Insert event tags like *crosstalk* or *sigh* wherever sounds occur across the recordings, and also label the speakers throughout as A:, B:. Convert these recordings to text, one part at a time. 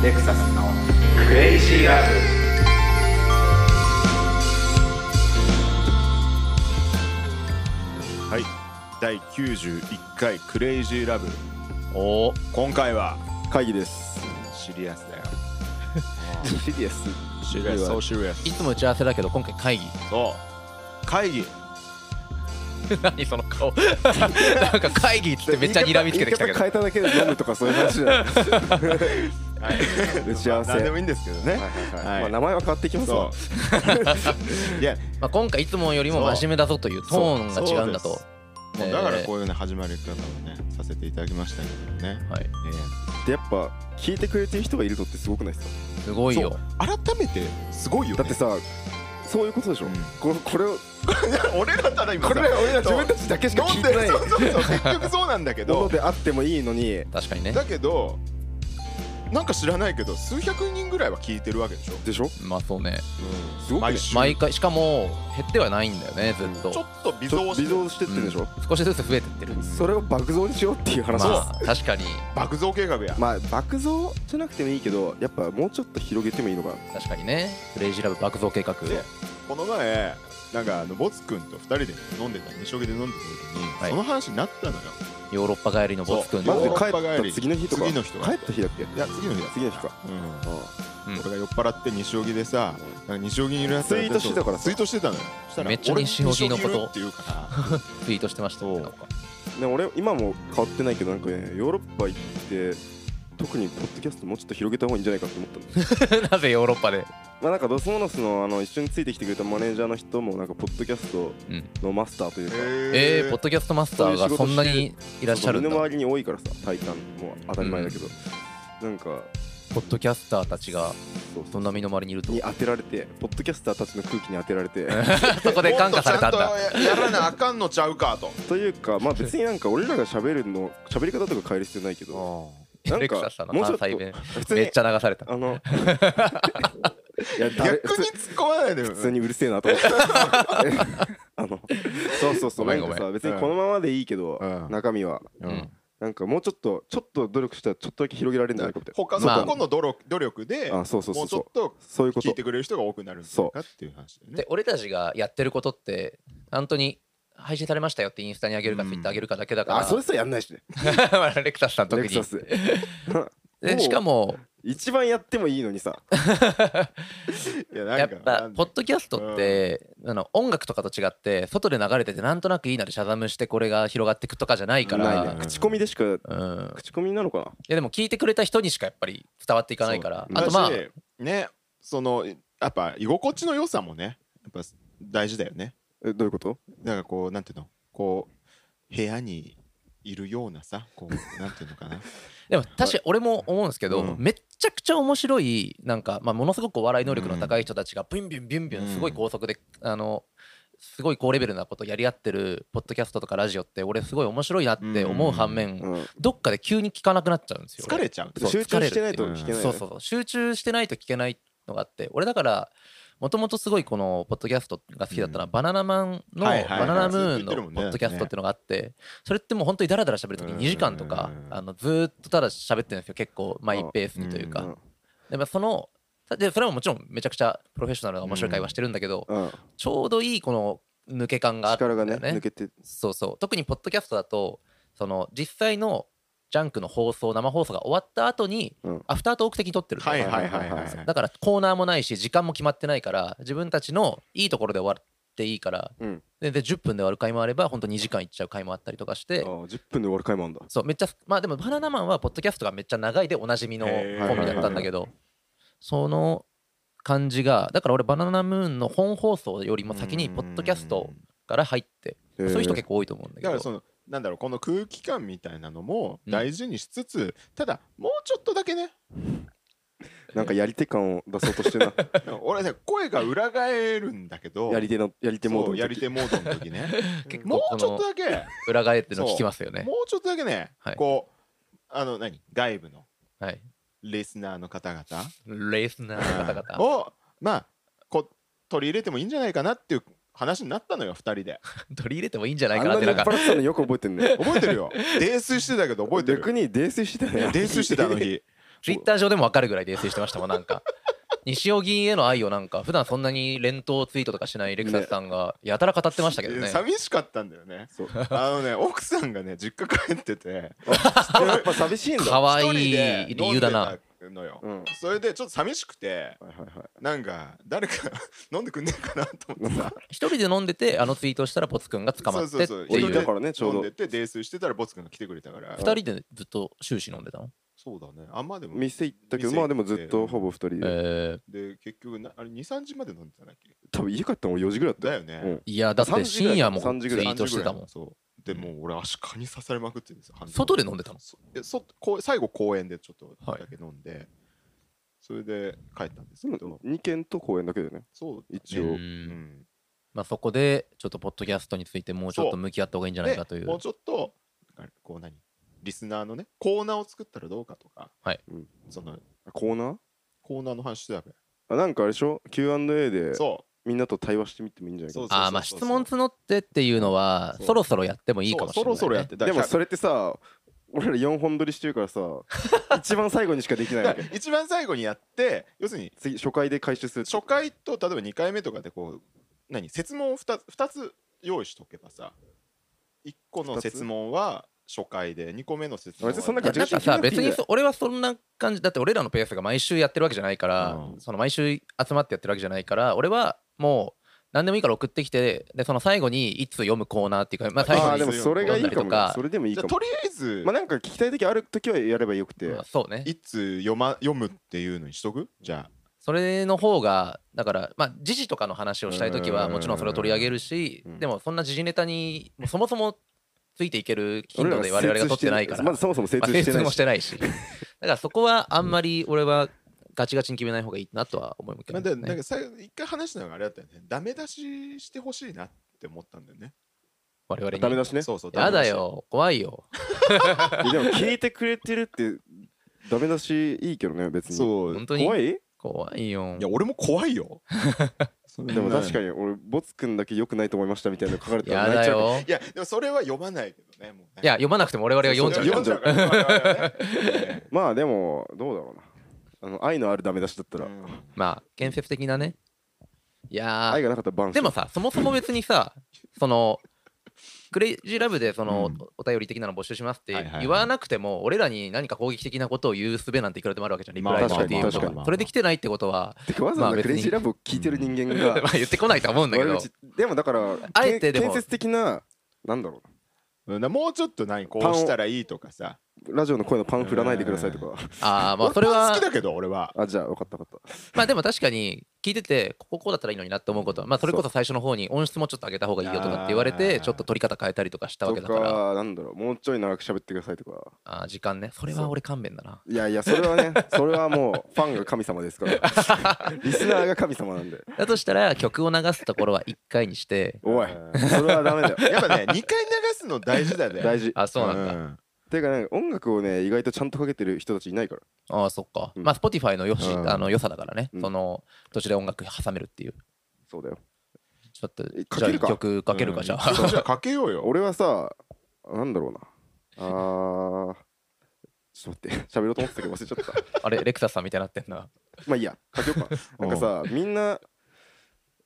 A: レクサスの
B: クレイジーラブ
C: はい第91回クレイジーラブ
D: おお
C: 今回は会議ですシリアスだよ
A: *laughs* シリアス
C: シリアスそうシリアス
D: いつも打ち合わせだけど今回会議 *laughs*
C: そう会議
D: 何その顔 *laughs* なんか会議っつってめっちゃ睨みつけてきたけど
A: 言い方変えただけで飲むとかそういう話じゃない
C: はい
A: 打ち合わせ
C: 何でもいいんですけどね
A: はい
C: はい
A: まあ名前は変わってきますわ
C: そういや
D: まあ、今回いつもよりも真面目だぞというトーンが違うんだと
C: そうもうだからこ
D: う、
C: ういうね始まり方をねさせていただきましたけどね
D: えーはい、
A: でやっぱ聞いてくれてる人がいるのってすごくないですか
D: すごいよ
C: 改めてすごいよ
A: だって
C: ね
A: さそういうことでしょ、
C: うん
A: これこれを
C: 俺らただ今
A: こ
C: さ
A: れ俺ら自分たちだけしか
C: 飲
A: 聞
C: ん
A: い
C: で
A: て
C: る
A: ない
C: そうそうそう結局そうなんだけ
A: *laughs* もの
C: ど
A: であってもいいのに
D: 確かにね
C: だけどなんか知らないけど数百人ぐらいは聞いてるわけでしょ
A: でしょ
D: まあそうね
A: すごくね
C: 毎週
D: 毎回しかも減ってはないんだよねずっと
C: ちょっと微
A: ちょ
C: 増
A: 微
C: して
A: 増してってるでしょ、
D: 少しずつ増えてってる
A: それを爆増にしようっていう話です、
D: まあ確かに
C: 爆増計画や
A: まあ爆増じゃなくてもいいけどやっぱもうちょっと広げてもいいのかな
D: 確かにねクレイジーラブ爆増計画
C: でこの前なんかあのボツ君と2人で飲んでた西荻で飲んでた時に、
D: はい
C: その話になったのよ
D: ヨーロッパ帰りのボス君
A: ま
C: そ
A: ず
C: う
D: の
A: 帰った次の日とか
C: 次の日とか
A: 帰った日だっけ
C: いや次の日だ
A: 次の日か
C: うん
A: う
D: うん
C: 俺が酔っ払って西荻でさなんか西荻にいるやつ
A: ツイートしてたからさ
C: ツイートしてたのよそしたら
D: めっちゃ
C: 俺
D: 西荻のこと
C: 西いるっていうから
D: ツイートしてましたね
C: そう
D: なんか
A: んでも俺今も変わってないけどなんかねヨーロッパ行って特にポッドキャストもうちょっと広げた方がいいんじゃないかって思ったの
D: *laughs* なぜヨーロッパで
A: まあなんかドスモノスのあの一緒についてきてくれたマネージャーの人もなんかポッドキャスト
D: うん
A: のマスターというか、
D: えー、ポ
C: ポ
D: ッドキャストマスターがそんなにいらっしゃるんだ
A: 身の回りに多いからさ体感も当たり前だけど、なんか
D: ポッドキャスターたちが
A: そう
D: そんな身の回りにいると
A: に当てられてポッドキャスターたちの空気に当てられて
D: *laughs* そこで感化されたんだ
C: ややらなあかんのちゃうかと
A: というかまあ別になんか俺らが喋るの喋り方とか変える必要ないけど
D: *laughs*
A: なんか
D: レクサスさんの
A: もうちょ
D: 関
A: っ
D: 西
A: と
D: 弁
A: 普通
D: め
A: に
D: っちゃ流された *laughs*
A: あのいや誰
C: 逆に突っ込まないでよ
A: 普通にうるせえなと *laughs* 思ってあのそうそうそう
D: ご
A: な
D: めん
A: んか
D: ご
A: さ
D: めん
A: 別にこのままでいいけど、
C: うん
A: 中身は
C: うん
D: うん
A: なんかもうちょっとちょっと努力したらちょっとだけ広げられるんじゃないかみたい
C: 他
D: ま
C: の
D: あ
C: 個々の努力努力で
A: な、あそうそうそ
C: も
A: う
C: うちょ
A: そ
C: っと
A: うそういうこ
C: 聞
A: と
C: いてくれる人が多くなるんじゃないかっていう話だよね
D: で俺たちがやってることって本当に配信されましたよってインスタにあげるか
C: うん
D: ツイッターあげるかだけだから、
A: あそれさえやんないしね
D: *laughs* レクサスさん特
A: レク
D: に
A: サスも
D: で
A: う
D: しかも
A: 一番やってもいいのにさ
C: いやな
D: や
C: ん
D: っ
C: か
D: ぱポッドキャストって、あの音楽とかと違って外で流れててなんとなくいいなでシャザムしてこれが広がっていくとかじゃないか
A: ない
D: ら
A: ね、口コミでしか
D: うん、
A: 口コミなのかない
D: やでも聞いてくれた人にしかやっぱり伝わっていかないから
C: そう
D: あとまあ
C: だしねそのやっぱ居心地の良さもねやっぱ大事だよね
A: えどういうこと
C: なんかこうなんていうのこう部屋にいるようなさこうなんていう
D: *laughs*
C: のかな
D: でも確かに俺も思うんですけど、
C: うん
D: めっちゃくちゃ面白いなんか、まあ、ものすごくお笑い能力の高い人たちがビュンビュンビュンビュンすごい高速で、あのすごい高レベルなことやり合ってるポッドキャストとかラジオって俺すごい面白いなって思う反面、
A: うん
D: どっかで急に聞かなくなっちゃうんですよ
C: 疲れちゃう
D: そう
A: 集中してないと
C: 疲れる
A: 聞けない
D: そうそうそう集中してないと聞けないのがあって俺だからもともとすごいこのポッドキャストが好きだったのは、バナナマンの
C: はい
D: バ
C: はいはい
D: ナナムーン
C: ずっと言って
D: の
C: るもん
D: ポ
C: ね
D: ッドキャストっていうのがあってそれってもう本当にダラダラ喋るとき
C: うん
D: 2時間とかあのずーっとただ喋ってるんですよ結構マイペースにという
A: う
D: か
A: ん
D: でもそのでそれはもちろんめちゃくちゃプロフェッショナルな面白い会話してるんだけど
A: うん
D: ちょうどいいこの抜け感があって
A: 力がね抜けて
D: そうそう特にポッドキャストだとその実際のジャンクの放送生放送が終わった後に
A: うん
D: アフタートーク的に撮ってるんだよ
C: はいはいはいはい
A: そう
C: は
D: だからコーナーもないし時間も決まってないから自分たちのいいところで終わっていいから
A: うん
D: でで10分で終わる回もあれば本当2時間いっちゃう回もあったりとかし
A: あ
D: て
A: ー10分で終わる回もあんだ
D: そうめっちゃまあでもバナナマンはポッドキャストがめっちゃ長いでおなじみのコ
C: へ
A: ー
D: ンビだったんだけどその感じがだから俺バナナムーンの本放送よりも
C: い
D: 先にポッドキャストから入ってそういう人結構多いと思うんだけ
C: だから
D: ど
C: そのなんだろうこの空気感みたいなのも大事にしつつ、ただもうちょっとだけ
D: *laughs*
C: ね
A: なんかやり手感を出そうとし
D: *laughs*
A: てな
C: 俺ね声が裏返るんだけど
A: やり手のやり手モー
C: そ
A: ド
C: う
A: の時
C: やり手モードの時ね
D: 結
C: も
D: 構 *laughs* こ
C: うちょっと
D: の
C: だけ
D: 裏返っての聞きますよね
C: もうちょっとだけね、
D: はい
C: こうあの何外部の
D: はい
C: リスナーの方々
D: レースナーの方々
C: をまあこう取り入れてもいいんじゃないかなっていう話になったのよ2人で
D: 取り入れてもいいんじゃない
A: あ
D: か
A: ん
D: な
A: な
D: って
A: に酔
D: な
A: っ
D: ん
A: 払
D: か
A: ってたのよく覚えてんね
D: *laughs*
C: 覚えてるよ泥酔してたけど覚えてる
A: 逆に泥酔してた
C: い
A: ね
C: や泥酔してたあの日
D: ツイッター上でも分かるぐらい冷静してましたもんなんか西尾議員への愛をなんか普段そんなに連投ツイートとかしないレクサスさんがやたら語ってましたけどね
C: 寂しかったんだよね
A: そう
C: あのね奥さんがね実家帰ってて
A: やっぱ寂しいんだ。
D: かわい
C: 一
D: い
C: 人で
D: 理由だな
C: 飲んでたのよ
A: うん。はい
C: それでちょっと寂しくて
A: はいはい。
C: なんか誰か *laughs* 飲んでくんねえかなと思ってさ
D: 一人で飲んでてあのツイートしたらポツくんが捕まってって
C: そうそうそう
A: 俺
D: い
A: いうたからねちょう
C: 飲ん
A: ど
C: でて泥酔してたらボツ君が来てくれたから
D: 二人でずっと終始飲んでたの
C: そうだねあんまでも
A: 店行ったけど
C: 店行って
A: まあでもずっとほぼ二人で、
D: えー
C: で結局なあれ23時まで飲んでたんだっけ
A: 多分家帰ったのも4時ぐらいだ
C: だ
A: っ
C: よね、
A: うん
D: いやだっ
A: 3
D: て
A: 時ぐ
D: 深
A: らい
D: 夜もツイ
A: 3時ぐらい
D: ートしてたもん
C: そうでもう俺足蚊に刺されまくってるんですよ半分
D: 外で飲んでたの
C: そえそこう最後公園でちょっとだけ飲んで、それで帰ったんですけ
A: た、
C: ど
A: 2軒と公園だけだよね
C: そう
A: 一
D: う
A: 応
C: うんん
D: まあそこでちょっとポッドキャストについてもうちょっ
C: そ
D: と
C: う
D: 向き合った方がいいんじゃないかとい
C: で
D: う
C: もうちょっとあこう何リスナーのねコーナーを作ったらどうかとか、
D: はい
A: うん
C: その
A: コーナー
C: コーナーの話してたわけ
A: あなんかあれでしょ Q&A で
C: そ
A: みんなと対話してみてもいいんじゃ
C: う
A: ない
C: そ
A: か
C: うそうそうそ
D: あー
C: う
D: まあ質問募ってっていうのは
C: そう
D: そろそろやってもいいかもしれない、
C: そ
D: ね、
C: うそろそろやって
A: でもそ
C: れ
A: れってさ俺ら4本撮りしてるからさ一番最後にしかできないわけ
C: *laughs* 一番最後にやって要するに
A: 次初回で回収する
C: 初回と例えば2回目とかでこう何設問を 2, つ2つ用意しとけばさ1個の
A: 二つ
C: 設問は初回で2個目の設問は
A: 別にそんな
D: だ
A: ガ
D: か
A: チ
D: ら
A: ガチ
D: さ別
A: 決めなくていいんだよ
D: にそ俺はそんな感じだって俺らのペースが毎週やってるわけじゃないから、
C: うん
D: その毎週集まってやってるわけじゃないから俺はもう何でもいいから送ってきてでその最後にいつ読むコーナーっていうか、まあ、最
A: あ
D: 後
A: あー
D: に
A: でもそれがいいか
D: 読ん
A: も
D: だりとか
A: ねそれでもいい
C: じゃ
A: か
C: あ
A: も
C: とりあえず、
A: まあなんか聞きたい時ある時はやればよくて
D: まあそうね
C: いつ読,、ま、読むっていうのにしとくじゃあ
D: それの方がだからまあ時事とかの話をしたい時はもちろんそれを取り上げるし
A: うん
D: でもそんな時事ネタにもうそもそもついていける頻
A: 俺ら
D: 度で我々が取ってないから
A: まずそもそも精
D: まあ
A: 通
D: 精
A: して
D: 通
A: ない
D: も
A: し
D: してないしだからそこはあんまり俺はガチガチに決めない方がいいなとは思いますけ
C: ま
D: ど
C: あ、で
D: ね、
C: なんか最後一回話したのがあれだったよねダメ出ししてほしいなって思ったんだよね
D: 我々に
A: ダメだしね
C: そうそう
D: やだ
C: ダメ出し
D: よ怖いよ
A: いやでも聞いてくれてるってダメだしいいけどね別に
C: そう
D: 本当に
A: 怖い
D: 怖いよ
C: いや俺も怖い
A: *laughs*
C: よ
A: でも確か
C: に
A: に俺ボツくんだけ良くないと思いましたみたいなの書かれた
D: や
A: ら泣い
D: だ
A: ちゃう
D: よ
C: いやでもそれは読まないけどねもうね
D: いや読まなくても我々が読んじゃう
A: そうそう
D: から
C: 読んじゃうか
D: *laughs*
C: ら我々はね
A: *laughs*
C: ね
A: まあでもどうだろうなあの愛のあるダメ出しだったら、
C: うん
D: まあ建設的なねいやー
A: 愛がなかったらバン
D: でもさそもそも別にさそのクレイジーラブでその、
C: うん
D: おお便り的なの募集しますっ
C: はい
D: て
C: はいはい
D: 言わなくても、俺らに何か攻撃的なことを言う術なんていくらでもあるわけじゃんリプ
C: まあ
D: ライとか DM
A: 確
D: と
A: か
D: か
A: に
D: それで来てないってことは
A: てかわざ
D: ま
A: わ
D: あ
A: ざ
D: 別
A: ク
D: に
A: レイジーラブを聞いてる人間
D: *laughs*
A: が、
D: まあ言ってこないと思うんだけ
A: 悪
D: ど
A: 口でもだから
D: あえてでも
A: 建設的ななんだろ
C: うんだもうちょっと何こうしたらいいとかさ
A: うラジオの声のパン振らないでくださいとか、
D: ああまあそ
C: 俺
D: れ
C: パ
D: は
C: ン好きだけど俺は
A: あじゃあ分かった分かっ
D: まあでも確かに聞いててこここうだったらいいのになって思うことはまあそれこそ最初の方に音質もちょっと上げた方がいいよとかって言われ
C: あ
D: て
C: ー
D: ちょっと取り方変えたりとかした
A: た
D: わ
A: と
D: けだから
A: かなんだろうもうちょい長く喋ってくださいとか
D: あー時間ねそれは俺勘弁だない
A: やいやそれはねそれはもうファンが神様ですからリスナーが神様なんで
D: だとしたら曲を流すところは1回に
A: *laughs*
D: して
A: おい
C: うん
A: それはダメだよ
C: やっぱ
D: *laughs*
C: ね2回流すの大事だね
A: 大事
D: あそうなんだ、
A: ていうかなんか音楽をね意外とちゃんとかけてる人たちいないから
D: ああそっか、
A: うん
D: まあ Spotify のよし、
C: うん
D: あの良さだからね、
A: うん
D: その途中で音楽挟めるっていう
A: そうだよ
D: ちょっと
A: えか
D: じゃあ
A: け
D: 一
A: るか
D: 曲かけるかじゃあ、
C: あじゃあかけよ
D: *laughs*
C: うよ
A: 俺はさなんだろうなあーちょっと待って *laughs* 喋ろうと思ってたけど忘れちゃった
D: あれレクサスさんみたいになってん *laughs* な
A: まあいいやかけようかなんかさみんな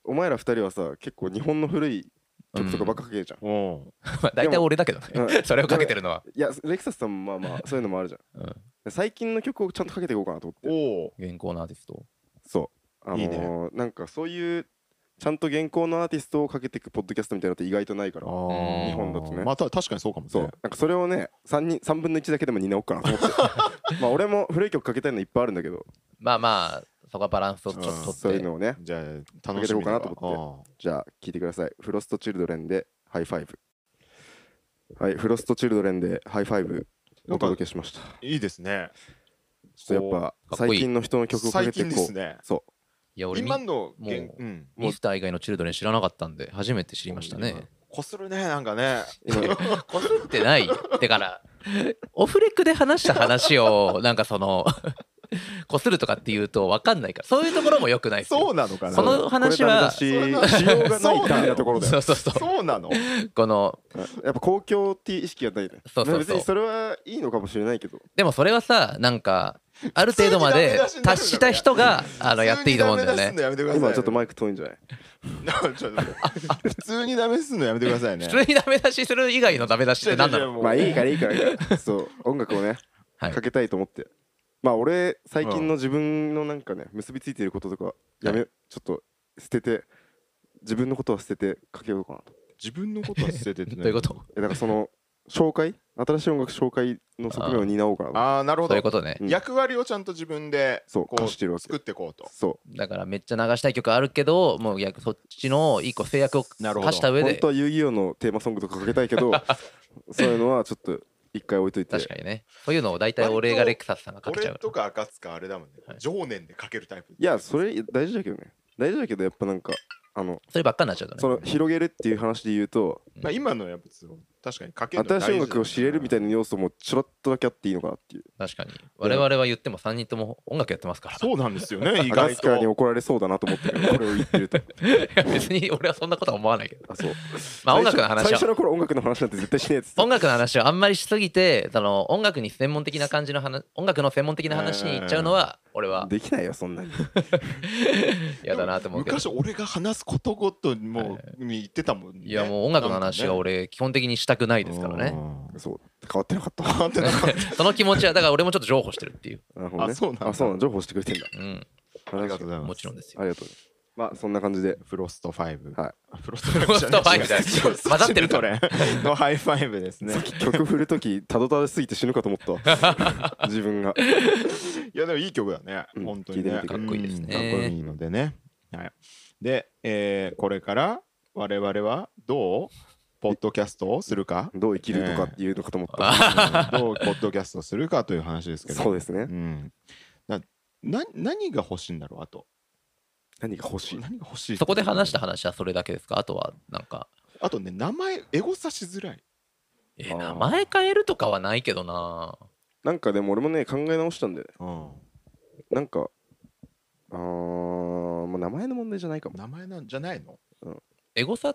A: お前ら二人はさ結構日本の古い曲とかばっかかけるじゃん、
C: うん
D: まあ大体俺だけ
A: *laughs*
D: どね、
A: う
D: それをかけてるのは、
A: いやレクサスさんもまあまあそういうのもあるじゃん
D: うん、
A: 最近の曲をちゃんとかけていこうかなと思って
C: おお
D: 現行のアーティスト
A: そうあのー
C: いいね
A: なんかそういうちゃんと現行のアーティストをかけていくポッドキャストみたいなのって意外とないから
D: ー
A: 日本だとね
C: まあた確かにそうかもね
A: そうなんかそれをね 3, 人3分の1だけでも担おうかなと思って
C: *laughs*
A: まあ俺も古い曲かけたいのいっぱいあるんだけど
D: まあまあそこはバランスをちょっと取って、
A: そういうのをね
C: じゃあ楽しみだわ
A: かけていこうかなとじゃあ聞いてください。フロストチルドレンでハイファイブ。はい、フロストチルドレンでハイファイブお届けしました。
C: うんいいですね
A: ちょっとやっぱ
D: こう
A: 最近の人の曲をか
C: 最
A: けて
C: 近
A: こ
C: で
A: う。
C: すね
A: そう。
D: いや俺ミ
C: 今の
D: もう
C: 現うん
D: ミスター以外のチルドレン知らなかったんで初めて知りましたね
C: こするねなんかね
A: 今 *laughs*
D: こすってないってから *laughs* オフレクで話した話をなんかその *laughs* こするとかっていうと分かんないからそういうところもよくないですよ
C: そうなのかな
D: その話は
A: これダメだししようがないダメなところだよ。
D: そうそうそう
C: そうなの
D: この
A: やっぱ公共っていう意識がないね。
D: そうそうそう
A: 別にそれはいいのかもしれないけど。
D: でもそれはさなんかある程度まで
C: 普通にダメ出しになるんだよ
D: 達した人が *laughs* あのやっていいと思うんだよ
C: 普通
D: ね
C: にダメ出しすんのやめてください
A: 今ちょっとマイク遠いんじゃない
C: ちょっと待って普通にダメすんのやめてくださいね。。
D: 普通にダメ出しする以外のダメ出しって何なの
A: まあいいかららいいからいいからそう音楽をね
D: はい
A: かけたいと思ってまあ俺最近の自分のなんかね結びついていることとかやめちょっと捨てて自分のことは捨ててかけようかなと
C: 自分のことは捨ててっ
D: ど
C: てね
D: ういうこと
A: えだからその *laughs* 紹介新しい音楽紹介の側面を担おうかなと
C: ああ、なるほ
D: そういう
C: ど。
D: ことね
A: うん
C: 役割をちゃんと自分で
A: そう
C: こう
A: 貸してるわけ
C: 作っていこうと。
A: そ
D: だからめっちゃ流したい曲あるけどもういやそっちの一個制約を
C: なるほど
D: 課した
A: う
D: 上
A: 本
D: で
A: 当は遊戯王のテーマソングとかかけたいけ
D: *laughs*
A: どそういうのはちょっと一回置いといて
D: 確かにねそういうのを大体俺がレクサスさんがかけち
C: 俺
D: ゃう
C: とか赤塚あれだもんね
D: は。い
C: 情念でかけるタイプ。
A: いやそれ大事だけどね大事だけどやっぱなんかあの
D: そればっかになっちゃう
A: そ
D: と
A: の
D: ね
A: 広げるっていう話で言うと
C: まあ今のやっぱそう確かにかけるの
A: 新しい音楽を知れるみた
C: い
A: いな要素もちょろっとだけあっていいのかなっていう
D: 確かに我々は言っても3人とも音楽やってますから
C: そうなんですよね、意
A: アガ
C: 外
A: スカーに
C: と。
A: 怒られそうだなと思ってこれを言ってると
D: 別に *laughs* 俺はそんなことは思わないけど
A: あそう
D: まあ音楽の
A: 最初
D: 話
A: 最初
D: は
A: の頃音楽の話なんて絶対しねえっつって
D: 音楽の話をあんまりしすぎてその音楽に専門的な感じの話音楽の専門的な話に行っちゃうのは俺は
A: できないよそんなに
D: 嫌だなと思うけど
C: 昔俺が話すことごとにもうに言ってたもんね。
D: いやもう音楽の話は
C: は
D: 俺基本的にしたくないですからね。
C: ね。
A: そう変わってなかった
C: あーってな
D: *laughs* その気持ちはだから俺もちょっと譲歩してるっていう。
A: なるほどね
C: あそうなんだ
A: あそうなん情報してくれてんだ
D: うん。
A: あ
C: りがとうございます
D: もちろんですよ。
A: ありがとうまあそんな感じで
C: フロスト5。。
A: はい
C: フロスト5
D: フ
C: じゃ
D: ロスト
C: な
D: ファ
C: い
D: イブだよ
C: そうそう
D: 混ざってるか
C: シルトレンのハイファイブですね。
A: 曲振るときたどたどしすぎて死ぬかと思ったわ自分が
C: いやでもいい曲だね。
A: うん
C: 本当にね。
A: 聞いてみて
D: かっこいいですね
C: うんかっこいいのでね。はい。で、えーこれから我々はどうポッドキャストをするか、
A: どう生きるとかっていうのかと思った、
C: うんどうポッドキャストをするかという話ですけど。
A: そうですね、
C: うん。なな何が欲しいんだろうあと。
A: 何が欲しい
C: 何が欲しい。
D: そこで話した。話はそれだけですかあとはなんか、
C: あとね名前エゴさしづらい。
D: え
A: あー
D: 名前変えるとかはないけどな。
A: なんかでも俺もね考え直したんだよね
C: うん。
A: なんかあーもう名前の問題じゃないかも
C: 名前なんじゃないの。
D: エゴサ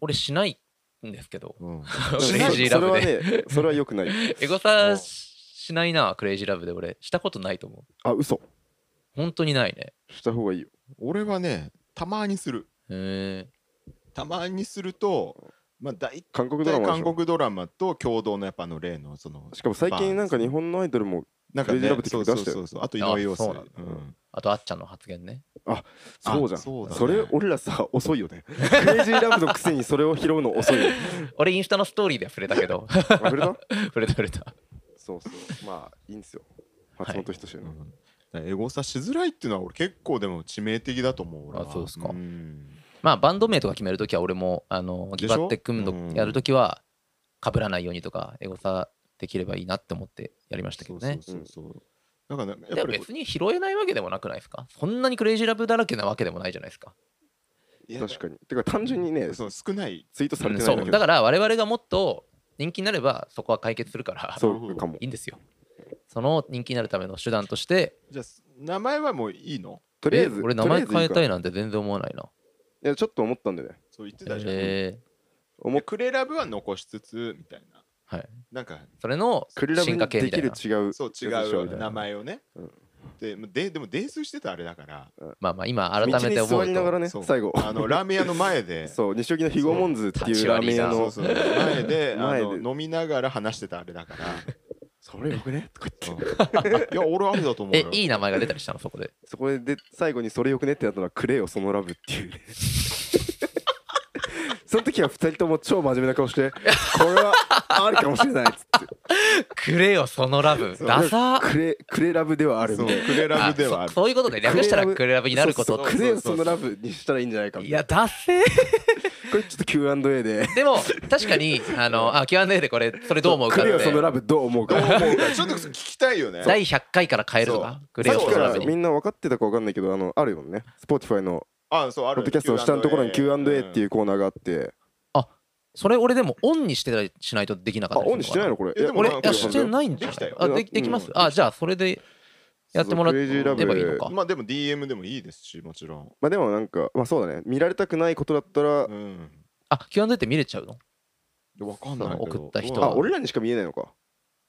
D: 俺しないんですけ
C: *laughs*
D: ど。
C: うん。
D: ク
A: そ
D: レ *laughs*
A: れ
D: イジーラ
A: は
D: ブで。
A: ねそれは良くない
D: エゴサしないな、クレイジーラブで俺。したことないと思う。
A: あ嘘
D: 本当にないね。
A: した方がいいよ
C: 俺はねたまにする。
D: へ
C: たまにすると、まあ、大
A: 韓国ドラ
C: 体
A: マでし
C: 韓
A: ょ
C: 国ドラマと共同のやっぱあの例のその
A: しかも最近なんか日本のアイドルも
C: なんか
A: クレイ
C: ね
A: ジーラブって
C: そ
A: 曲
C: う
A: 出
C: そう
A: し
C: そうそ
A: たよ
C: うあと井上陽水
D: あそうなんだ
C: うん
D: あとあっちゃんの発言ね。
C: あ
A: そうじゃん
C: そうだね
A: れ俺らさ遅いよねクレイジーラブのくせにそれを拾うの遅いよ
D: *laughs* 俺インスタのストーリーでは触れたけ
C: *laughs*
D: ど。
A: あ触れた
D: 触れた触れた。
A: そうそうまあいいんですよ松本人志
C: う
A: の、
C: んだからエゴさしづらいっていうのは俺結構でも致命的だと思う俺は
D: あそうっすか
C: ん
D: まあバンド名とか決めるときは俺もあのギ
C: でしょ
D: バって組むと
C: うん
D: やるときは被らないようにとかエゴサできればいいなって思ってやりましたけど
C: そうそ
D: ね
C: う。そうそうだから
D: い
C: ねやっ
D: や
C: ぱり
D: 別に拾えないわけでもなくないですかそんなにクレイジーラブだらけなわけでもないじゃないですか。
C: いや
A: 確かにてか単純にね
C: そう少ない
A: ツイートされてな
D: そ
A: いだ
D: う
A: け
D: だから我々がもっと人気になればそこは解決するから
A: そ
C: なるほ
A: う
C: ど
A: かも
D: いいんですよ。その人気になるための手段として
C: じゃあ名前はもういいの
A: とりあえず
D: え俺名前変え
A: と
D: た
A: りあずいい
D: いなんて全然思わないな。
A: かいやちょっと思ったんだよね
C: そう言ってたじゃん、
D: え
A: 思っ
C: クレラブは残しつつみたいな
D: ーはい、
C: なんか
D: それの
A: クレラブ
D: 進
A: に
D: 化系
A: で
D: みた
A: き
D: い
A: る
D: な。
A: 違う
C: そう違
A: やつでしょみた
C: う名
A: いな
C: 前をね、
A: うん
C: でもうででも泥酔してたらあれだから
D: まあまあ今改めて思
A: 道
D: う
A: に座りながら
D: と。
A: ね
C: そう
A: 最後
C: あのラーメン屋の前で
A: *laughs* そう西荻の肥後モンズっていう
D: そう
A: ラーメン屋
C: そう
A: の
C: そう前であ
A: 前で
C: の飲みながら話してたあれだ
A: *laughs*
C: から
A: それよくねとか言って
C: いや俺あれだと思う
D: え
C: よ
D: いい名前が出たりしたの *laughs* そこで。
A: そこで最後にそれよくねってなったのはくれよそのラブっていうね
D: *laughs*
A: その時は二人とも超真面目な顔してこれはありかもしれないっつって
D: くれよそのラブ
C: そう
D: ダサー
A: くれくれラブではある
C: そ
A: み
C: う
A: たいな
C: クレラブでは
D: あ
C: ある
D: そそういうことで略したらクレラブになるこ
A: そ
D: と
A: う
D: っ
A: そう
D: て
A: クレよそのラブにしたらいいんじゃないかみ
D: い
A: たいな
D: やダセー
A: これちょっと Q&A で
D: でも確かにあのあ Q&A でこれそれどう思うか
A: ク
D: っ
A: レよその
D: て
A: ラブどう思う
C: どう
A: か
C: 思うかちょっと聞きたいよね
D: 第100回から変えるとかクレ
A: さ
D: ヨ
A: っ
D: ン
A: き
D: そ
A: か
D: のラ
A: ら
D: ブ
A: み
D: に
A: んな分かってたか分かんないけどあのあるよね Spotify の
C: あそうある
A: ポッドキャストの下のところに Q&A っていううコーナーがあって
D: それ俺でもオンにしてたりしないとできな
A: あ
D: かったり
A: オンにしてないのこれ
C: えでも
D: 俺い
C: なんか
D: やしてないんじゃ
C: できた
D: ない
C: よ
D: あできできます
C: うん
D: あじゃあそれでやってもらっ
A: そうそうクレイジーラブ
D: てばいいのか
C: んまあでも DM でもいいですしもちろん
A: まあでもなんかまあそうだね見られたくないことだったら
C: うん
D: あ Q&A って見れちゃうの
C: いやわかん
D: そ
C: ない
D: の
C: けど
D: 送った人
C: どう
D: は
A: あ俺らにしか見えないのか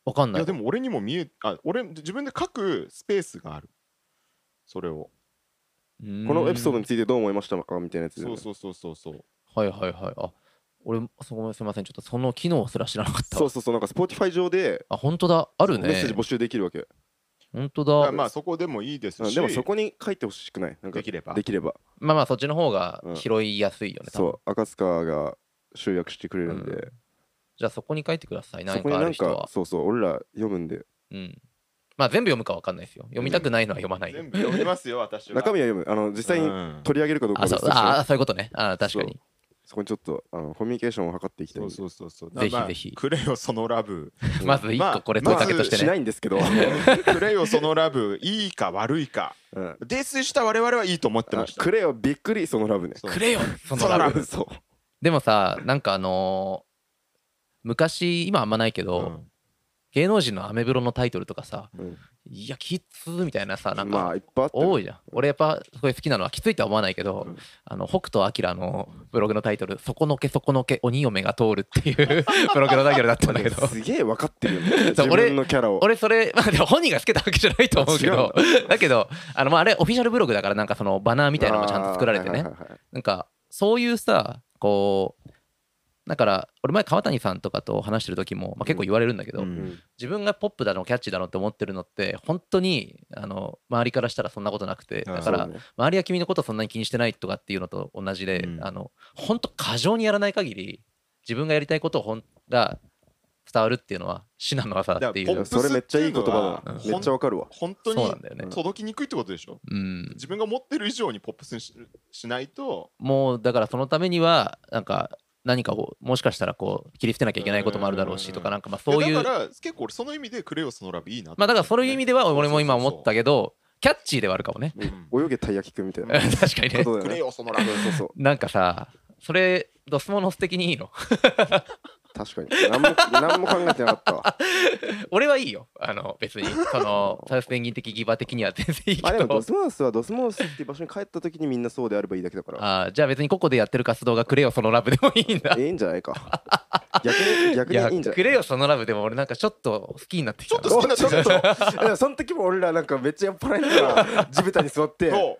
D: わかん
C: い
D: ない
C: やでも俺にも見えあ俺自分で書くスペースがあるそれを
A: このエピソー
D: に
A: ドについてどう思いましたかみたいなやつ
C: そうそうそうそうそう
D: はいはいはいあ俺そこすみませんちょっとその機能すら知らなかった
A: そう
D: わ
A: そうそうなんか Spotify 上で
D: あ本当だあるね
A: メッセージ募集できるわけ
D: 本当だ
C: あまあそこでもいいです
A: うん
C: し
A: でもそこに書いてほしくないなんか
C: できれば
A: できれば
D: まあまあそっちの方が
A: うん
D: 拾いやすいよね、多分
A: そう赤塚が集約してくれるんで
D: じゃあそこに書いてください
A: そ
D: 何
A: こに
D: かあ
A: な
D: る
A: ん
D: 人
A: か
D: は
A: そうそう俺ら読むんで
D: うんまあ全部読むかわかんないですよ読みたくないのは読まない、
C: 全部読みますよ私は
A: 中身は読むあの実際に
C: うん
A: 取り上げるかどうか
D: あ
A: は
D: そう
A: 別として
D: ああそういうことねあ確かに
A: そこにちょっとあのコミュニケーションを図っていきたい
C: そ
A: ん
C: う
A: で
C: そうそうそう
D: ぜひ
C: まあ
D: ぜひ
C: くれよそのラブ *laughs*
D: *laughs* まず一
C: まあ
D: 個これ
C: ま
D: 問い
C: あ
D: かけとして
A: しな
D: ね、
A: いんですけど、
C: くれよそのラブいいか悪いか
A: うん
C: 泥酔した我々はいいと思ってました
A: くれよびっくりそのラブね
C: そう
D: くれよその
A: その
D: ラ
A: ラ
D: ブ
A: ブ *laughs* そう
D: でもさなんかあのー昔今あんまないけど、
C: うん
D: 芸能人のアメブロのタイトルとかさ
A: うん
D: 「いやきつ」みたいなさなん
A: まあ
D: か
A: いっぱいあって
D: 多いじゃん俺やっぱすごい好きなのはきついとは思わないけど、あの北斗晶のブログのタイトル「そこのけそこのけ鬼嫁が通る」っていう
A: *laughs*
D: ブログのタイトルだったんだけど
A: すげえ分かってるよね
D: *laughs* そ
A: 自
D: う俺
A: 分のキャラを
D: 俺それ、まあ、でも本人がつけたわけじゃないと思うけどだけどあの、まあ、あれオフィシャルブログだからなんかそのバナーみたいなのもちゃんと作られて
A: あー
D: ね
A: はいはいはい
D: なんかそういうさこうだから俺前川谷さんとかと話してる時も、まあ、結構言われるんだけど、
C: う
A: うんん
D: 自分がポップだのキャッチーだのって思ってるのって本当にあの周りからしたらそんなことなくて
C: あー
D: だ
A: そ
D: か
A: うだ
D: ら
A: ね
D: 周りは君のことそんなに気にしてないとかっていうのと同じで、
C: うん
D: あの本当過剰にやらない限り自分がやりたいことをほんが伝わるっていうのは至難の技だってい
C: だから
D: う
C: ポップ
A: それめっちゃいい言葉だ
D: うん
A: めっちゃ分かるわ
C: 本当
D: そうな
C: に
D: んだよね、
C: 届きにくいってことでしょ
D: うん、
C: 自分が思ってる以上にポップスにししないと
D: もうだからそのためにはなんか何かをもしかしたらこう切り捨てなきゃいけないこともあるだろうしとかなんかまあそういう
C: やだから結構俺その意味で「クレヨそのラブ」いいな
D: まあだからそういう意味では俺も今思った
C: け
D: けどキャッチーではあるかもね
A: 泳げたい焼きくんみたいな
D: *laughs* 確かにね
A: *laughs* こと
C: クレ
A: だよね
C: ヨそのラブ
A: そうそう
D: なんかさそれドスモの素敵にいいの *laughs*
A: 確かに何も何も考えてなかっ
D: *laughs*
A: たわ
D: 俺はいいよあの別にそのサウスペンギン的ギバ的には全然いい
A: まあ
D: け
A: でもド
D: ど
A: スモースはドスモースっていう場所に帰った時にみんなそうであればいいだけだから
D: あーじゃあ別にここでやってる活動がくれよそのラブでもいいんだ
A: いいんじゃないか逆に逆
D: い
A: に
D: や
A: いいんじゃない
D: くれよそのラブでも俺なんかちょっと好きになってきたな
C: ちょっと好きにな
A: ちょっといやその時も俺らなんかめっちゃ酔っ払いながら地べたに座っ
D: *laughs*
A: て
C: と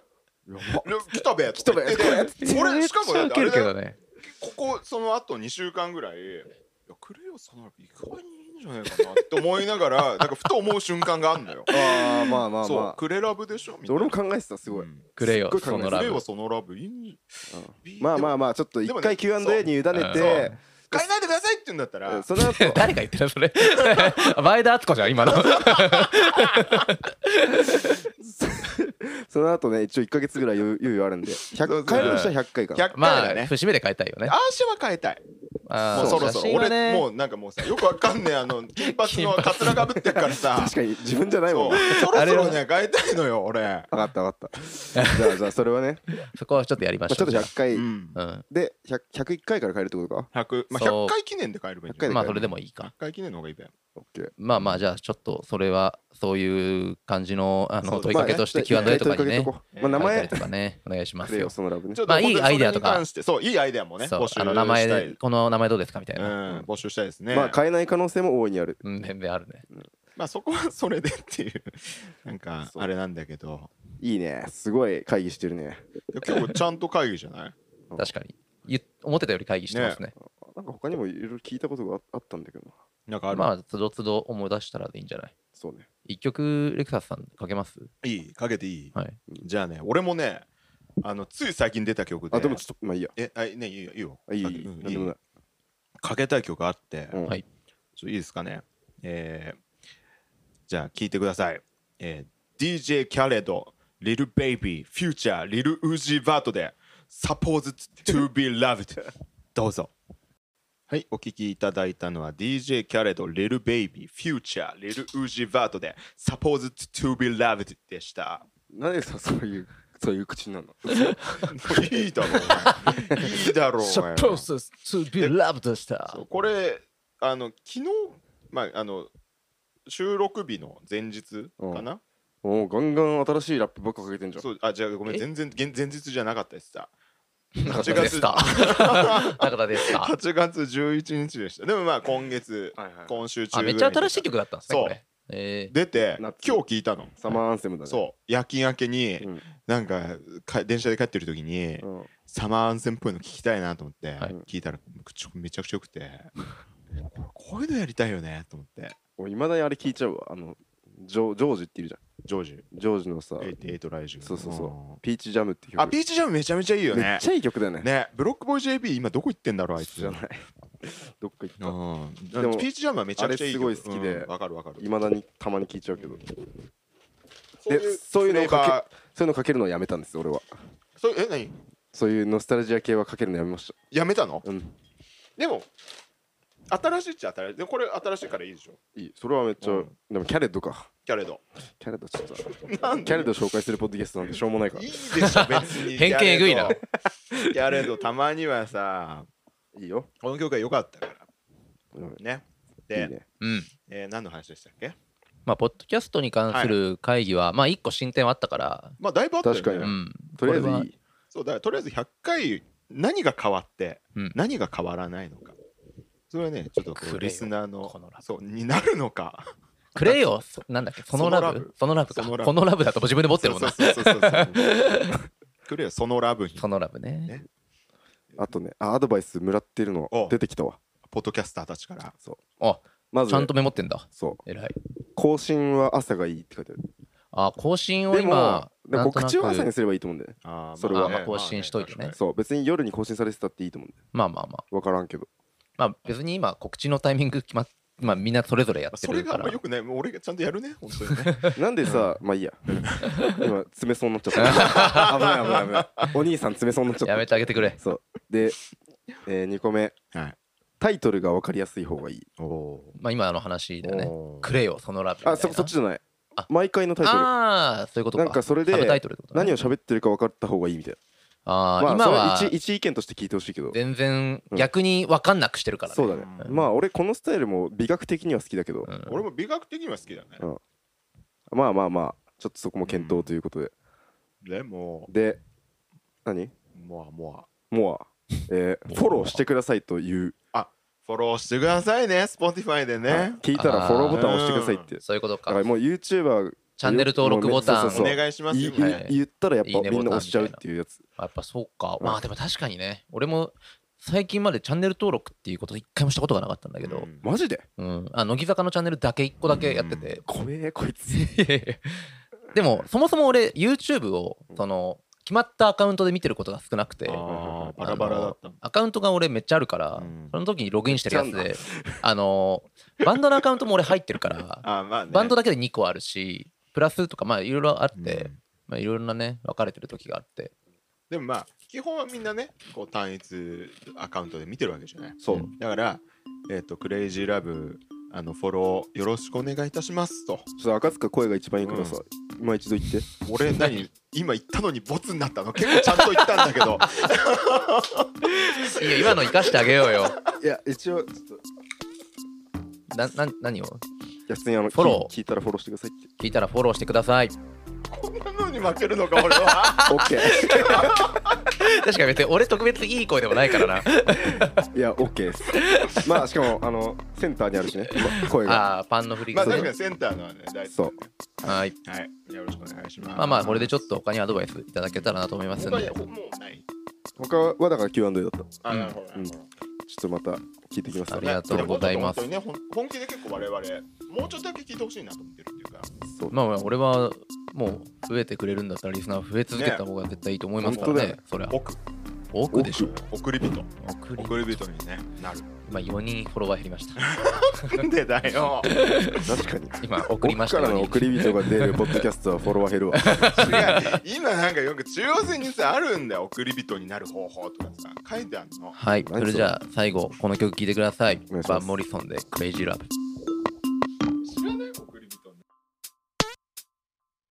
C: 来たべ
A: 来たべ
C: って言って
A: 来たべ
C: 俺しかもだってあ
D: めっちゃウケる
C: れ
D: け
C: だ
D: ど
C: よ
D: ね
C: ここその後2週間ぐらいいやクレヨそのラブ意外にいいんじゃないかなって思いながら *laughs* なんかふと思う瞬間があるのよ
A: ああまあまあ
C: そ
A: ま
C: うクレラブでしょみ
A: あ
C: たいな
A: 俺も考えてたすごい
C: うん
D: くれよ
A: すっごい
D: そ
A: 考え
D: の
A: て
C: ク
D: ラ
C: レヨ
D: ブ
C: そのラブいいん
A: まあまあまあちょっと一回 Q&A に委ねて
C: 変えないでくださいって言うんだったら
A: その後
D: 誰が言ってたそれ *laughs* 前田敦子じゃん今の
A: その後ね一応1か月ぐらい余裕余裕あるんで100回の人は100回かな
C: 100
D: ま
C: 回
D: あ
C: だね
D: 節目で変えたいよね
C: アーシャは変えたい
D: あー
C: もうそろそ
D: 写
C: ろ
D: 真はね
C: 俺もうなんかもうさよくわかんねえ
D: *laughs*
C: あの金髪のカツラかぶってるからさ
A: 確かに自分じゃないも
C: そ
A: ん
C: う
A: な
C: そろそろね変えたいのよ俺
A: 分かった分かったじゃあじゃあそれはね
D: そこはちょっと *laughs* やりま
A: ま
D: し
A: あ
D: ょう
A: ちょっと100回
C: うん
D: うん
A: で100 101回から変えるってことか
C: 100まあ
D: そう
C: 100回記念で変えればいいんじゃない
A: 100
D: まあそれでもいいか
C: 100回記念の方がいいべ
A: オッケー
D: まあまあじゃあちょっとそれはそういう感じのあ
C: そ
D: の
C: う
D: 問いかけとして Q&A とかにね
A: まあ
D: 書いた
A: 名
D: り
A: 前
D: とかねお願いしま
A: く
D: す
A: れ
D: よ
A: よ。そのラブね
C: ちょっ
D: まあ
C: 本当に
D: いいアイデアとか
C: それに関してそういいアイデアもね
D: そう
C: 募集
D: あの名前
C: したい
D: でこの名前どうですかみたいうな。
C: ん募集したいですね
A: まあ変えない可能性も大いにある
D: うん全然あるね。
C: まあそこはそれでっていうなんか
D: *laughs*
A: そう
C: あれなんだけど
A: いいねすごい会議してるね
C: いや今日ちゃんと会議じゃ
D: *laughs*
C: ない
D: 確かに言っ。思ってたより会議してますね。
A: なんか他にもいろいろ聞いたことがああったんだけどな
C: なんかある、
D: まあつどつど思い出したらでいいんじゃない
A: そうね
D: 一曲レクサスさんかけます
C: いいかけていい
D: はい。
C: じゃあね俺もねあのつい最近出た曲で
A: あでもちょっとまあいいや
C: えあねいいよいいよ
A: いいいい
C: か
A: いい
C: うん
A: なんでもない
C: かけたい曲あって、
A: うん
D: はい
C: ちょいいですかね。えーじゃあ聞いてください。えー DJ キャレド、リルベイビー、フューチャー、リルウージーバートで、Supposed to be *laughs* loved。どうぞ。はい、お聞きいただいたのは DJ キャレド、リルベイビー、フューチャー、リルウージーバートで、Supposed to be loved でした。
A: なんでさそういうそういう口になるの
C: いいだろうお前。いいだろうお前。
D: to be loved でした
C: そうこれあの昨日まああの収録日の前日かな、
A: もうガンガン新しいラップばっかかけてんじゃん
C: そうあじゃあごめん
D: え
C: 全然現前日じゃなかったですさ
D: 中田ですか中田ですか
C: 8月11日でしたでもまあ今月、
A: はいはい
C: 今週
D: あ
C: 中ぐら
D: め
C: い
D: っ
C: に
D: ちゃ新しい曲だったんですね
C: そう
D: これえ
C: 出て今
A: 夏
C: 日聞いたの
A: サマーアンセムだね
C: そう夜勤明けに、
A: うん
C: なんかか電車で帰ってる時に、
A: うん
C: サマーアンセムっぽいの聞きたいなと思って、
D: はい
C: 聞いたらちょめちゃくちゃよくてここういうのやりたいよねと思って
A: 俺いまだにあれ聞いちゃうわあのジョジョージっているじゃ
C: ジョージ
A: んジョージのさ
C: 88ライジング
A: そうそうそうピーチジャムって曲
C: あピーチジャムめちゃめちゃいいよ
A: めっ
C: ね
A: ちゃいい曲だよね
C: ねブロックボーイ JB 今どこ行ってんだろうあいつ
A: 知らない *laughs* どっか行った
C: うん
A: でも
C: ピーチジャムはめちゃくちゃいい曲
A: あれすごい好きで
C: うんわかるわかる
A: いまだにたまに聞いちゃうけど
C: そういう
A: でそういうの
C: フレ
A: を
C: ー
A: か
C: バ
A: けそういうのかけるのをやめたんです俺は
C: ーそうえ何
A: そういうノスタルジア系はかけるのやめまし
C: やめたの
A: たうん
C: でも新しいっちゃ新しいでもこれ新しいからいいでしょ
A: いいそれはめっちゃ、
C: うん
A: でもキャレッドか
C: キャレド
A: キャレッドちょっとキャレッド紹介するポッドキャストなんてしょうもないか
C: い
A: ら
C: いでし *laughs* ょ別に
D: 偏見えぐいな
C: キャレドたまにはさ
A: いいよ、
C: この曲が良かったから
A: うん
C: ね
A: いい
C: で
A: ね
D: ーうん
C: えー何の話でしたっけ
D: まあポッドキャストに関する会議は、まあ一個進展はあったから
C: まあだいぶあったよね
A: 確かに
D: う
A: うん
D: ん
A: とりあえずい
D: これはい
C: そうだからとりあえず100回何が変わって、
D: うん
C: 何が変わらないのかそれはねちょっとこ
D: くれ
C: う
D: よ
C: リスナーの
D: このラブ
C: そうになるのか
D: くれよそなんだっけそのラブそのラブか
C: そのラブ
D: このラブだともう自分で持ってるもんな
C: そうそうそう
D: *laughs*
C: そうそうくれよそのラブに
D: そのラブね
C: ね
A: あとねあアドバイスもらってるの
C: お
A: 出てきたわ
C: ポッドキャスターたちから
D: あ
A: まず
D: ちゃんとメモってんだ
A: そう
D: 偉い
A: 更新は朝がいいって書いてある
D: あ更新を
A: でも
D: 今
A: でも
D: なんとな
A: 告
D: く
A: 知は朝にすればいいと思うんだよね
C: あー
A: それは
C: まあね
D: 更新しといてね
C: まあ確か
A: そう別に夜に更新されてたっていいと思うんだよ
D: まあまあまあ
A: 分からんけど
D: まあ別に今告知のタイミング決まっまあみんなそれぞれや
C: に
D: って
C: それ
D: る
C: があ
D: か
C: ん
D: ら
C: まよくないもう俺がちゃんとやるね本当
D: *laughs*
C: にね
A: なんでさ、まあいいや。今、詰めそうになっちゃった。危ない危ない危ない。お兄さん詰めそうになっちゃった。
D: やめてあげてくれ
A: そう。で、え2個目。
C: はい
A: タイトルが分かりやすい方がいい。
C: おお
D: まあ今の話だよね
C: ー
D: くれよそのラブみたい
A: あ、
D: な
A: そ、そっちじゃない
D: あ。
A: 毎回のタイトル。
D: ああそういうことか
A: なんかそれで
D: サブタイトルってことね
A: 何を喋ってるか分かった方がいいみたい
D: あ
A: な。
D: あ、今は
A: それ一一意見として聞いてほしいけど。
D: 全然逆に分かんなくしてるからね、
A: そうだね。
D: うん
A: まあ俺このスタイルも美学的には好きだけど、
D: うん
C: 俺も美学的には好きだね
A: うんまあまあまあ、ちょっとそこも検討ということで。
C: でも
A: で、何
C: もうもう
A: モア。えーフォローしてくださいという、
C: フォローしてくださいね Spotify でね
A: 聞いたらフォローボタンを押してくださいって
D: そういうこと
A: だから
D: か
A: もう YouTuber
D: チャンネル登録ボタン
A: もう
C: お
A: そうそうそう
C: 願いします
A: い
C: よ
A: い
D: はい
A: 言ったらやっ
D: いい
A: ぱ
D: ね
A: み
D: ボ
A: んな
D: タン
A: 押しちゃうっていうやつ
D: やっぱそうか、
A: うん
D: まあでも確かにね俺も最近までチャンネル登録っていうこと一回もしたことがなかったんだけど、
C: うん
A: マジで
D: うんあ乃木坂のチャンネルだけ一個だけやってて、
A: 怖えこいつ
D: *laughs* でもそもそも俺 YouTube をその決まったアカウントで見てることが少なくて
C: あー
D: あ
C: バ
D: の
C: ラバラだった
D: アカウントが俺めっちゃあるから、
C: うん
D: その時にログインしてるやつであのバンドのアカウントも俺入ってるから
C: あーまあね
D: バンドだけで2個あるしプラスとかまあいろいろあって、
C: うん
D: まあいろいろなね分かれてる時があって
C: でもまあ基本はみんなねこう単一アカウントで見てるわけじゃない
A: そううん
C: だからえっ、とクレイジーラブあのフォローよろしくお願いいたしますと
A: ちょっと赤塚声が一番いいからさ今一度言って
C: 俺何今言ったのにボツになったの結構ちゃんと言ったんだ
D: *laughs*
C: けど
D: いや今の生かしてあげようよ
A: いや一応ちょっとい
D: なな何を
A: や普通にあの
D: フォロー
A: 聞聞いたらフォローしてくださいって
D: 聞いたらフォローしてください
C: こんなのに負けるのか
D: *laughs*
C: 俺は
A: OK
D: 確かに別に俺特別いい声でもないからな
A: *laughs*
D: い
A: や OK ですまあしかもあのセンターにあるしねま声が
D: ああパンの振り
C: ま
D: が、
C: あ確かにセンターのはね大
A: そ
C: 丈
A: う
D: そうはい
C: はいよろしくお願いします
D: まあまあこれで
C: ち
D: ちょっと他にアドバイスいただけたらなと思いますん
C: 他に
D: で
C: はもうない
A: 他はだから Q&A だったちょっ
C: あなるほどなるほど、
A: とまた聞いてきます
D: ありがとうございます
C: でも本当にねほん本気で結構我々もうちょっとだけ聞いてほしいなと思ってるっていうか
A: そう
D: まあまあ俺はもう増えてくれるんだったらリスナー増え続けた方が絶対いいと思いますからね
A: ね
D: そりゃ
C: 奥
D: 奥でしょ
C: 送り人
D: 奥に
C: 送り人にねなる
D: 今4人フォロワー減りました
C: なんでだよ
A: 確かに
D: 今送りま
A: 僕
D: した
A: からの
D: 4
A: 送
D: 人
A: り人が出るポッドキャストはフォロワー減るわ
C: 違う今なんかよく中央線にさあるんだよ送り人になる方法とかさ書いてあるの
D: はいそれじゃあ最後この曲聴いてくださ
A: お願
D: い
A: いします
D: バン・モリソンで「クレイジー・ラブ」